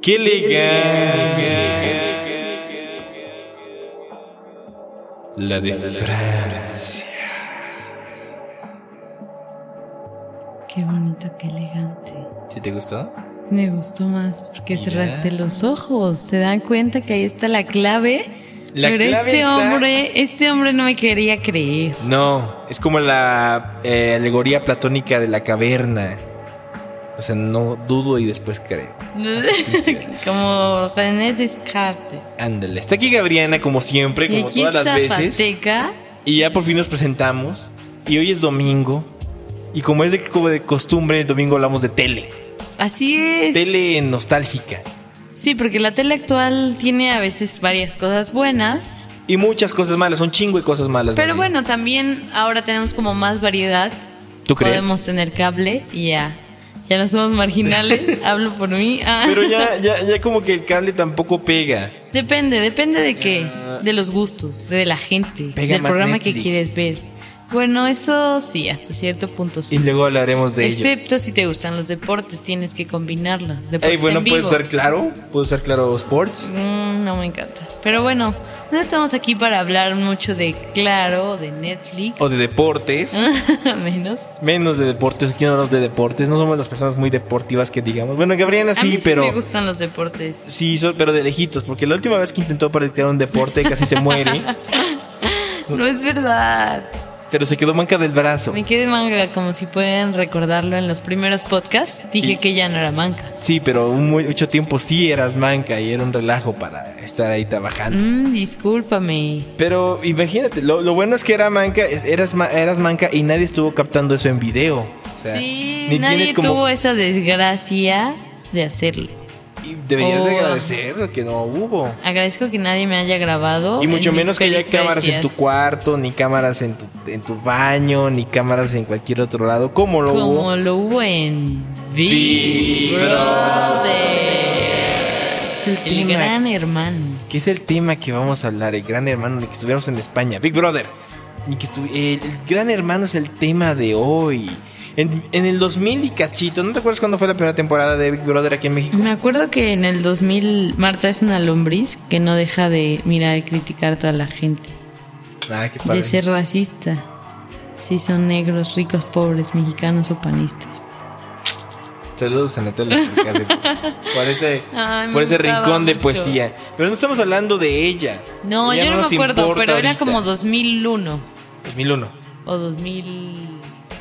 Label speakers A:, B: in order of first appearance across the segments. A: ¡Qué elegancia! La de Francia.
B: Qué bonito, qué elegante.
A: ¿Sí te gustó?
B: Me gustó más porque
A: Mira.
B: cerraste los ojos. ¿Se dan cuenta que ahí está la clave?
A: La
B: Pero
A: clave
B: este
A: está-
B: hombre, este hombre no me quería creer.
A: No, es como la eh, alegoría platónica de la caverna. O sea, no dudo y después creo.
B: Como René Descartes.
A: Ándale, está aquí Gabriana como siempre,
B: Y
A: como
B: aquí
A: todas
B: está
A: las veces.
B: Fateca.
A: Y ya por fin nos presentamos. Y hoy es domingo. Y como es de, como de costumbre, el domingo hablamos de tele.
B: Así es.
A: Tele nostálgica.
B: Sí, porque la tele actual tiene a veces varias cosas buenas.
A: Y muchas cosas malas, un chingo de cosas malas.
B: Pero
A: María.
B: bueno, también ahora tenemos como más variedad.
A: ¿Tú crees?
B: Podemos tener cable y ya. Ya no somos marginales. Hablo por mí. Ah.
A: Pero ya, ya, ya como que el cable tampoco pega.
B: Depende, depende de qué. De los gustos, de la gente,
A: Ah. Pega
B: del
A: más
B: programa que
A: Netflix.
B: quieres ver. Bueno, eso sí, hasta cierto punto sí.
A: Y luego hablaremos de ellos.
B: Excepto si te gustan los deportes, tienes que combinarlo. Deportes
A: Ey, bueno,
B: en
A: puede
B: vivo.
A: usar claro, puede usar claro sports.
B: Mm, no me encanta. Pero bueno, no estamos aquí para hablar mucho de Claro, de Netflix.
A: O de deportes.
B: Ah. Menos.
A: Menos de deportes, aquí no hablamos de deportes. No somos las personas muy deportivas que digamos. Bueno, Gabriela
B: A mí
A: Ah, sí,
B: sí
A: pero.
B: me gustan los deportes.
A: Sí, so- pero de lejitos, porque la última vez que intentó practicar un deporte casi se muere,
B: No es verdad.
A: pero se quedó manca del brazo.
B: Me quedé manga, como si pueden recordarlo en los primeros podcasts. Dije
A: Y-
B: que ya no era manga.
A: Sí, pero un muy- mucho tiempo sí eras manca y era un relajo para estar ahí trabajando.
B: Mm, discúlpame.
A: Pero imagínate, lo, lo bueno es que era manca, eras, ma- eras manca y nadie estuvo captando eso en video. O sea,
B: sí,
A: ni
B: nadie
A: tienes como-
B: tuvo esa desgracia de hacerlo.
A: y deberías de
B: Oh.
A: agradecer que no hubo.
B: Agradezco que nadie me haya grabado.
A: Y mucho
B: Oh, en mis
A: menos que haya cámaras en tu
B: peripecias.
A: cuarto, ni cámaras en tu, en tu baño, ni cámaras en cualquier otro lado, como lo hubo.
B: Como lo hubo en Big
A: Big
B: Brother.
A: Es el
B: El
A: tema.
B: gran hermano.
A: que es el tema que vamos a hablar, el gran hermano, ni que estuviéramos en España, Big Brother. Ni que estu- el, el gran hermano es el tema de hoy. En, en el 2000 y cachito, ¿no te acuerdas cuándo fue la primera temporada de Big Brother aquí en México?
B: Me acuerdo que en el 2000 Marta es una lombriz que no deja de mirar y criticar a toda la gente.
A: Ah, qué padre.
B: De ser racista. Si son negros, ricos, pobres, mexicanos o panistas.
A: Saludos a Natalia Furcade por- por ese,
B: Ay, me
A: por ese
B: gustaba
A: rincón de
B: mucho.
A: poesía. Pero no estamos hablando de ella.
B: No,
A: Ella
B: yo no
A: nos
B: me acuerdo,
A: importa
B: pero era
A: ahorita.
B: como 2001
A: 2001.
B: o 2000.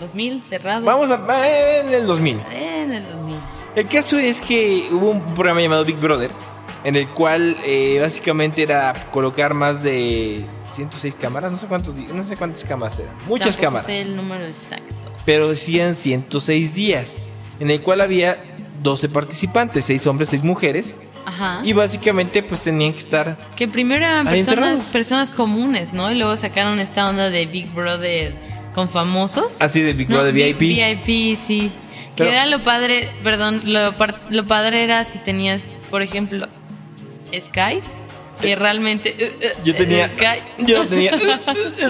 B: 2000 cerrado.
A: Vamos a... va, eh, En el 2000.
B: En el 2000.
A: El caso es que hubo un programa llamado Big Brother, en el cual eh, básicamente era colocar más de 106 cámaras, no sé cuántos, di- no sé cuántas cámaras eran, muchas
B: Tampoco
A: cámaras,
B: sé el número exacto.
A: pero decían 106 días, en el cual había 12 participantes, 6 hombres, 6 mujeres,
B: Ajá.
A: y básicamente pues tenían que estar
B: que primero eran
A: Ahí
B: personas,
A: encerrados.
B: personas comunes, ¿no? Y luego sacaron esta onda de Big Brother con famosos.
A: así de Ah, Big
B: No,
A: Brother
B: vi-
A: VIP.
B: VIP, sí.
A: Pero-
B: que era lo padre, perdón, lo, par- lo padre era si tenías, por ejemplo, Sky, que realmente... eh, eh,
A: Yo tenía
B: Sky,
A: yo no tenía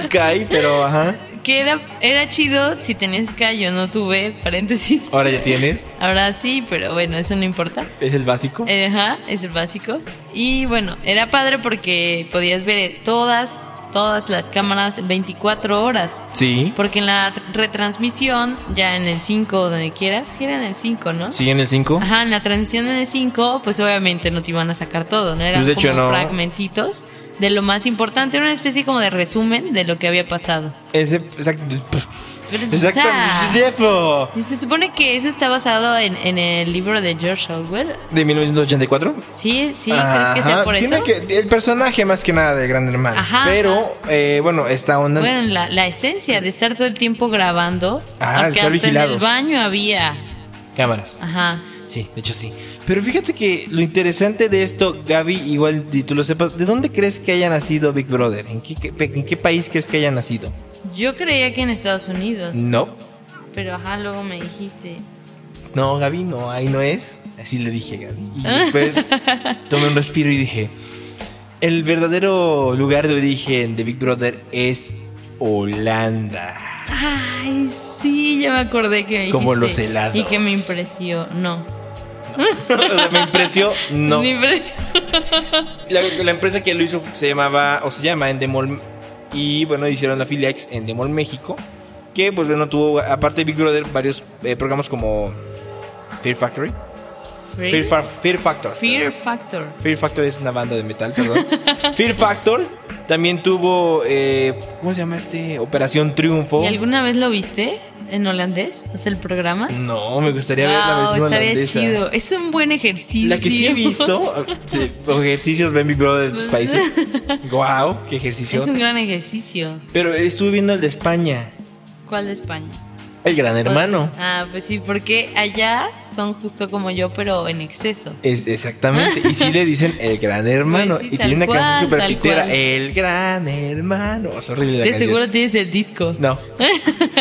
A: Sky, pero ajá,
B: que era, era chido si tenías Sky, yo no tuve, paréntesis.
A: ahora ya tienes,
B: Ahora sí, pero bueno, eso no importa.
A: es el básico.
B: Eh, Ajá, es el básico. Y bueno, era padre porque podías ver todas, todas las cámaras en 24 horas.
A: Sí.
B: Porque en la tr- retransmisión, ya en el 5 o donde quieras, sí era en el 5, ¿no?
A: Sí, en el 5.
B: Ajá, en la transmisión en el 5, pues obviamente no te iban a sacar todo, ¿no? Eran
A: Pues, de hecho,
B: como
A: no.
B: fragmentitos de lo más importante, era una especie como de resumen de lo que había pasado.
A: Ese exacto.
B: Pero, o sea,
A: Exactamente. Jeffo.
B: y se supone que eso está basado en, en el libro de George Orwell.
A: ¿De 1984?
B: Sí, sí,
A: Ajá.
B: ¿crees que sea por
A: Tiene
B: eso?
A: que- el personaje más que nada de Gran Hermano.
B: Ajá,
A: Pero, eh, bueno, esta onda.
B: Bueno, la, la esencia de estar todo el tiempo grabando.
A: Ajá,
B: porque
A: estar
B: hasta en el
A: vigilados.
B: baño había.
A: Cámaras.
B: Ajá.
A: Sí, de hecho sí. Pero fíjate que lo interesante de esto, Gaby, igual y tú lo sepas, ¿de dónde crees que haya nacido Big Brother? ¿En qué, qué- en qué país crees que haya nacido?
B: Yo creía que en Estados Unidos.
A: No.
B: Pero ajá, luego me dijiste.
A: No, Gaby, no, ahí no es. Así le dije, Gaby. Y después tomé un respiro y dije, el verdadero lugar de origen de Big Brother es Holanda.
B: Ay, sí, ya me acordé que me dijiste.
A: Como los helados.
B: Y que me impresió. No.
A: O sea, me impresió, no.
B: Me impresió.
A: La, la empresa que lo hizo se llamaba, o se llama Endemol. Y bueno, hicieron la filial en Endemol México. Que pues bueno, tuvo, aparte de Big Brother, varios eh, programas como Fear Factory. Fear,
B: Fear,
A: Fa- Fear Factor.
B: Factor.
A: Fear Factor es una banda de metal, perdón. Fear Factor también tuvo, eh, ¿cómo se llama este? Operación Triunfo.
B: ¿Y alguna vez lo viste en holandés? ¿Es el programa?
A: No, me gustaría ver la
B: Wow,
A: versión
B: estaría
A: holandesa.
B: chido. Es un buen ejercicio.
A: La que sí he visto, eh, sí, ejercicios ven Big Brother de tus países. Wow, qué ejercicio.
B: Pues, Es un gran ejercicio.
A: Pero estuve viendo el de España,
B: ¿Cuál de España?
A: el Gran Hermano.
B: Ah, pues sí, porque allá son justo como yo, pero en exceso.
A: Es exactamente, y sí le dicen el gran hermano.
B: Pues sí,
A: y tiene
B: tal
A: una canción
B: cual,
A: súper
B: tal
A: pitera,
B: cual.
A: el gran hermano. Es horrible la
B: De
A: canción.
B: seguro tienes el disco.
A: No.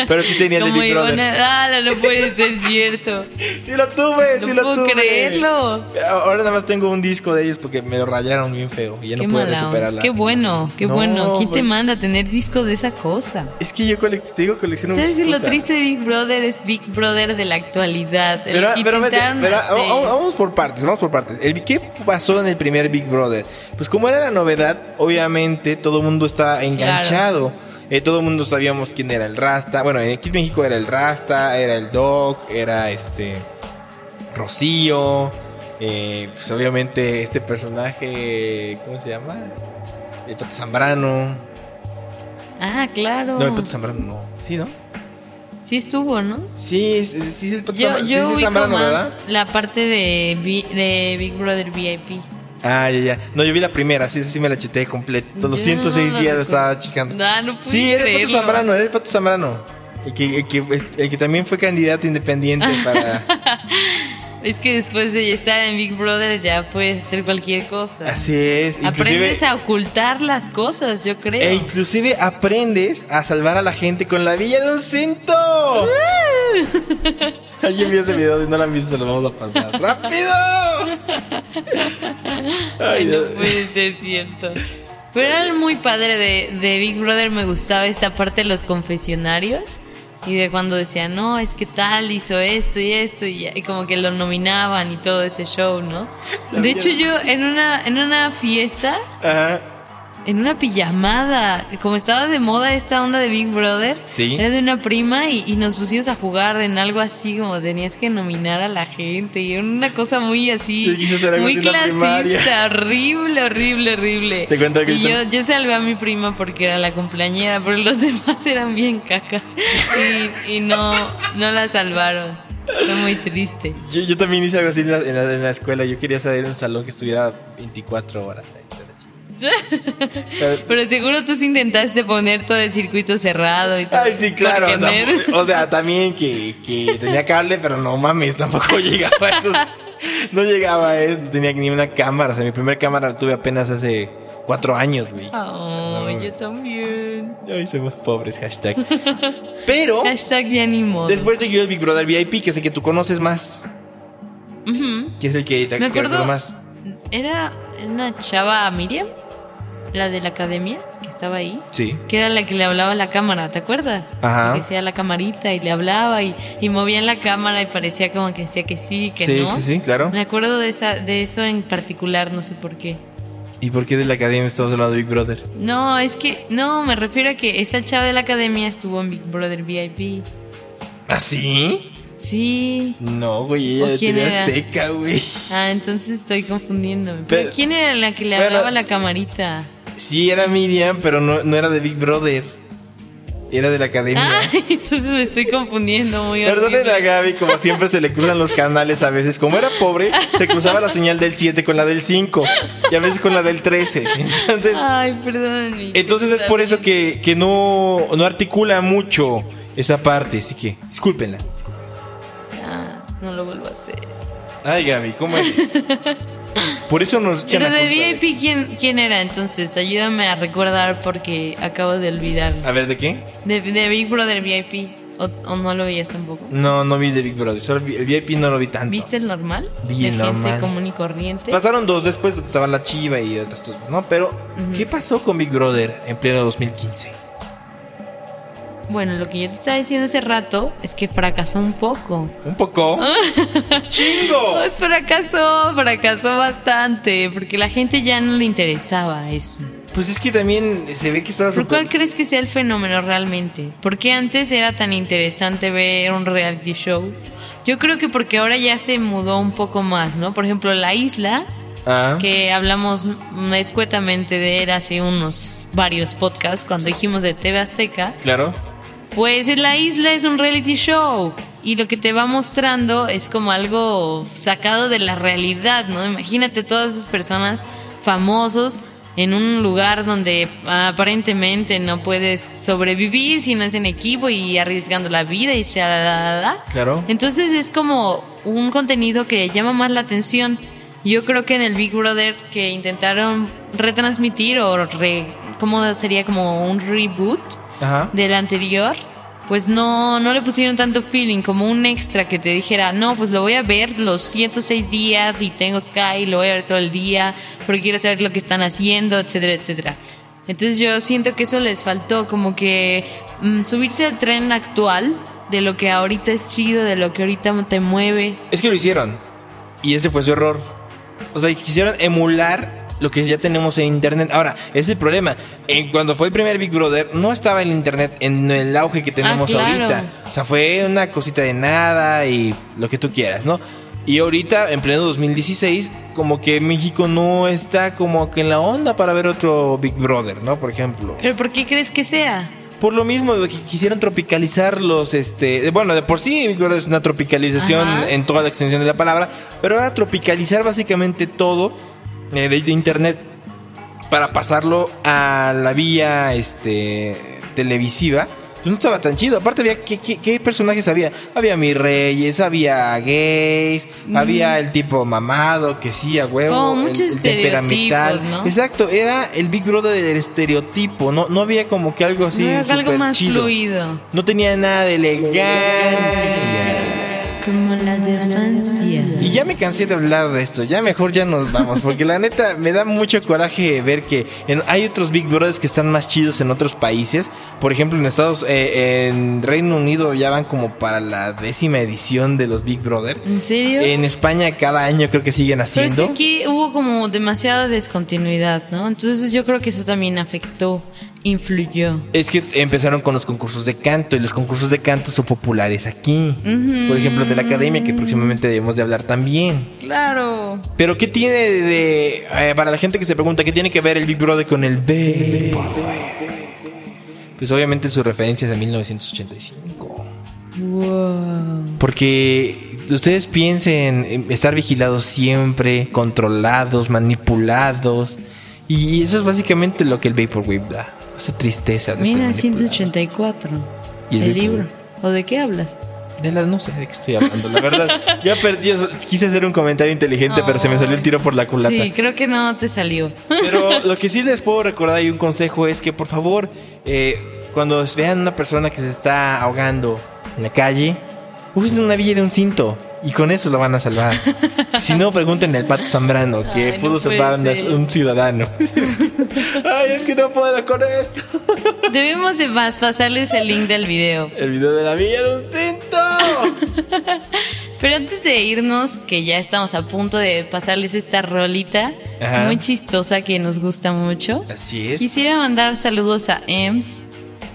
A: Pero sí tenía el de
B: Como
A: Big Brother.
B: Ivona, ah, no puede ser cierto.
A: Sí lo tuve,
B: No
A: sí lo
B: puedo
A: tuve.
B: creerlo.
A: Ahora nada más tengo un disco de ellos porque me lo rayaron bien feo y ya
B: qué
A: no pude
B: mala onda.
A: recuperarla.
B: Qué bueno, qué
A: No,
B: bueno. ¿Quién te
A: pues-
B: manda a tener disco de esa cosa?
A: Es que yo colec te digo colecciono
B: ¿Sabes
A: muchas
B: lo
A: cosas.
B: triste de Big Brother? Es Big Brother de la actualidad. El
A: Pero,
B: que
A: pero, vete,
B: intentaron
A: pero, oh,
B: hacer.
A: vamos, vamos por partes, vamos por partes. El- ¿Qué pasó en el primer Big Brother? Pues como era la novedad, obviamente todo el mundo está enganchado. Eh, todo el mundo sabíamos quién era el Rasta. Bueno, en aquí en México era el Rasta, era el Doc, era este Rocío. eh, pues obviamente este personaje, ¿cómo se llama? El Pato Zambrano.
B: Ah, claro.
A: No, el Pato Zambrano no. Sí, ¿no?
B: sí estuvo, ¿no?
A: Sí, es- es- sí es el Pato
B: Yo,
A: Zambrano.
B: yo
A: sí, sí es
B: ubico
A: Zambrano,
B: más
A: ¿verdad?
B: la parte de, Vi- de Big Brother VIP.
A: Ah, ya, ya. No, yo vi la primera, sí, esa sí me la chité completa. Los
B: Yo
A: 106
B: no la
A: días lo
B: recuerdo.
A: estaba chicando.
B: No, Ah, no pude
A: sí, era el Pato
B: creerlo.
A: Zambrano, era el Pato Zambrano. El que, el que, el que también fue candidato independiente para...
B: Es que después de estar en Big Brother ya puedes hacer cualquier cosa.
A: Así es. Inclusive,
B: Aprendes a ocultar las cosas, yo creo.
A: e inclusive aprendes a salvar a la gente con la villa de un cinto. Alguien vio ese video, si no lo han visto se lo vamos a pasar. ¡Rápido!
B: Ay, no
A: Dios.
B: puede ser pues, cierto. Pero era muy padre de, de Big Brother, me gustaba esta parte de los confesionarios y de cuando decían, no, es que tal hizo esto y esto y, y como que lo nominaban y todo ese show, ¿no?
A: La
B: De
A: vida.
B: hecho yo en una, en una fiesta,
A: Ajá.
B: en una pijamada, como estaba de moda esta onda de Big Brother,
A: Sí.
B: era de una prima y, y nos pusimos a jugar en algo así como tenías que nominar a la gente y era una cosa muy así,
A: Yo quise hacer algo
B: muy
A: así en la primaria.
B: clasista, horrible, horrible, horrible.
A: Te cuento que
B: y yo,
A: ahorita-
B: yo salvé a mi prima porque era la compañera, pero los demás eran bien cacas y, y no, no la salvaron. Fue muy triste.
A: Yo, yo también hice algo así en la, en la- en la escuela. Yo quería salir a un salón que estuviera 24 horas. ahí, toda la chingada. Pero-
B: Pero seguro tú sí intentaste poner todo el circuito cerrado y todo.
A: Ay, sí, claro.
B: Porque
A: O sea,
B: nerd.
A: o sea, también que, que tenía cable, pero no mames, tampoco llegaba a esos. No llegaba a eso, no tenía ni una cámara. O sea, mi primera cámara la tuve apenas hace cuatro años, güey.
B: Oh,
A: no.
B: yo también.
A: Ay, somos pobres, hashtag. Pero
B: Hashtag de ánimo.
A: después siguió el Big Brother VIP, que es el que tú conoces más.
B: Ujú.
A: Que es el que te
B: Me
A: que recuerdo
B: acuerdo.
A: más.
B: Era una chava Miriam, la de la academia, que estaba ahí.
A: Sí.
B: Que era la que le hablaba a la cámara, ¿te acuerdas?
A: Ajá.
B: Que hacía la camarita y le hablaba y, y movía en la cámara y parecía como que decía que sí, que
A: Sí,
B: no.
A: sí, sí, claro.
B: Me acuerdo de, esa, de eso en particular, no sé por qué.
A: ¿Y por qué de la academia estamos hablando de Big Brother?
B: No, es que, no, me refiero a que esa chava de la academia estuvo en Big Brother VIP.
A: ¿Ah, sí?
B: Sí.
A: No, güey, ella
B: ¿O quién
A: tenía
B: era?
A: azteca, güey.
B: Ah, entonces estoy confundiéndome. ¿Pero,
A: Pero-
B: quién era la que le
A: Bueno.
B: hablaba a la camarita?
A: Sí, era Miriam, pero no, no era de Big Brother. Era de la academia.
B: Ah, entonces me estoy confundiendo muy
A: Perdonen a
B: horrible.
A: Gaby, como siempre se le cruzan los canales a veces. Como era pobre, se cruzaba la señal del 7 con la del 5 y a veces con la del 13. Entonces,
B: Ay, perdónenme.
A: entonces es por eso que, que no, no articula mucho esa parte. Así que, discúlpenla.
B: Ah, no lo vuelvo a hacer.
A: Ay, Gaby, ¿cómo eres? Por eso nos echan
B: Pero
A: la
B: de
A: culpa de-
B: VIP, ¿quién, ¿quién era entonces? Ayúdame a recordar porque acabo de olvidarlo.
A: A ver, ¿de qué?
B: De, de Big Brother VIP. O, o no lo veías tampoco?
A: No, no vi de Big Brother. Solo vi- el VIP no lo vi tanto.
B: ¿Viste el normal?
A: Vi
B: de
A: el
B: gente
A: normal.
B: común y corriente.
A: Pasaron dos después, estaba la Chiva y otras dos, ¿no? Pero, ¿qué pasó con Big Brother en pleno 2015?
B: Bueno, lo que yo te estaba diciendo hace rato es que fracasó un poco.
A: Un poco. ¡Chingo!
B: Pues fracasó, fracasó bastante, porque la gente ya no le interesaba eso.
A: Pues es que también se ve que estaba
B: ¿Por
A: súper-
B: cuál crees que sea el fenómeno realmente? ¿Por qué antes era tan interesante ver un reality show? Yo creo que porque ahora ya se mudó un poco más, ¿no? Por ejemplo, La Isla,
A: Ah.
B: que hablamos mm, escuetamente de él hace unos varios podcasts cuando dijimos de TV Azteca.
A: Claro.
B: Pues la isla es un reality show y lo que te va mostrando es como algo sacado de la realidad, ¿no? Imagínate todas esas personas famosos en un lugar donde aparentemente no puedes sobrevivir si no es en equipo y arriesgando la vida y chalala.
A: Claro.
B: Entonces es como un contenido que llama más la atención. Yo creo que en el Big Brother que intentaron retransmitir o re- ¿cómo sería como un reboot?
A: Ajá.
B: del anterior, pues no, no le pusieron tanto feeling, como un extra que te dijera, no, pues lo voy a ver los 106 días y tengo Sky, lo voy a ver todo el día, porque quiero saber lo que están haciendo, etcétera, etcétera. Entonces yo siento que eso les faltó, como que mm, subirse al tren actual de lo que ahorita es chido, de lo que ahorita te mueve.
A: Es que lo hicieron. Y ese fue su error. O sea, quisieron emular lo que ya tenemos en internet. Ahora, ese es el problema. En- cuando fue el primer Big Brother, no estaba el internet en el auge que tenemos
B: claro.
A: ahorita. O sea, fue una cosita de nada y lo que tú quieras, ¿no? Y ahorita, en pleno 2016, como que México no está como que en la onda para ver otro Big Brother, ¿no? Por ejemplo.
B: Pero ¿por qué crees que sea?
A: Por lo mismo, güey, que quisieron tropicalizarlos, este, bueno, de por sí yo creo que es una tropicalización
B: Ajá.
A: en toda la extensión de la palabra, pero era tropicalizar básicamente todo eh, de, de internet para pasarlo a la vía este televisiva. Pues no estaba tan chido. Aparte había qué, qué- qué personajes había. Había mis reyes, había gays, había el tipo mamado que sí a huevo,
B: Como
A: el-
B: muchos
A: el temperamental.
B: estereotipos, ¿no?
A: Exacto, era el Big Brother del estereotipo, no, no había como que algo así.
B: No era algo
A: súper
B: más
A: chido.
B: fluido.
A: No tenía nada de elegancia.
B: Como la de Francia.
A: Y ya me cansé de hablar de esto, ya mejor ya nos vamos, porque la neta me da mucho coraje ver que en- hay otros Big Brothers que están más chidos en otros países. Por ejemplo, en Estados, eh, en Reino Unido ya van como para la décima edición de los Big Brother.
B: ¿En serio?
A: En España cada año creo que siguen
B: Pero es
A: haciendo.
B: que aquí hubo como demasiada descontinuidad, ¿no? Entonces yo creo que eso también afectó, influyó.
A: Es que empezaron con los concursos de canto y los concursos de canto son populares aquí. Por ejemplo, de la academia, que próximamente debemos de hablar también.
B: Claro.
A: Pero ¿qué tiene de... de- eh, para la gente que se pregunta, ¿qué tiene que ver el Big Brother con el Big Brother? Pues obviamente sus referencias a 1985.
B: Wow.
A: Porque ustedes piensen en estar vigilados siempre, controlados, manipulados. Y eso es básicamente lo que el Vaporwave da. Esa tristeza de ser
B: Mira,
A: manipulado.
B: 184.
A: ¿Y
B: el
A: el libro?
B: libro. ¿O de qué hablas?
A: De la, no sé de qué estoy hablando, la verdad. ya perdí, o sea, quise hacer un comentario inteligente, pero se me salió el tiro por la culata.
B: Sí, creo que no te salió.
A: Pero lo que sí les puedo recordar y un consejo es que por favor, eh, cuando vean una persona que se está ahogando en la calle, usen una villa de un cinto y con eso lo van a salvar. si no, pregunten al Pato Zambrano, que
B: Ay, no
A: pudo
B: puede
A: salvar a una-
B: ser.
A: un ciudadano. Ay, es que no puedo con esto.
B: Debemos de más pasarles el link del video.
A: El video de la villa de un cinto.
B: Pero antes de irnos, que ya estamos a punto de pasarles esta rolita
A: Ajá.
B: muy chistosa que nos gusta mucho.
A: Así es.
B: Quisiera mandar saludos a Ems,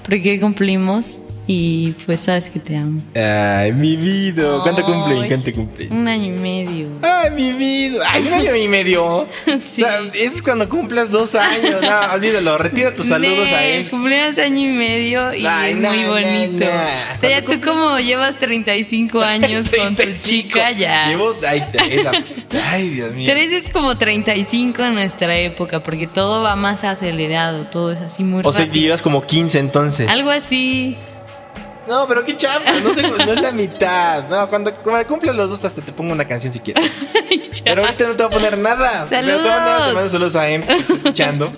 B: porque hoy cumplimos y pues sabes que te amo.
A: Ay, mi vida. ¿Cuánto cumplen?
B: Ay.
A: ¿Cuánto cumplen?
B: Un año y medio.
A: Ay, mi vida. Ay, un año y medio.
B: Sí.
A: O sea, eso es cuando cumplas dos años. No, olvídalo. Retira tus saludos a
B: Ne,
A: él.
B: Cumplimos año y medio y
A: Ay,
B: es
A: no,
B: muy
A: no,
B: bonito.
A: no.
B: O sea, ya tú como llevas 35 años con tu
A: 35.
B: chica ya.
A: Llevo. Ay, te- la- ay, Dios mío.
B: Tres es como 35 en nuestra época, porque todo va más acelerado, todo es así muy
A: O sea, que
B: rápido.
A: llevas como 15 entonces.
B: Algo así.
A: No, pero qué chamba. No, sé, no es la mitad. No, cuando, cuando cumplan los dos, hasta te pongo una canción si quieres.
B: Ya.
A: Pero ahorita no te voy a poner nada. Pero de todas maneras, te mando saludos a Ems, que está escuchando.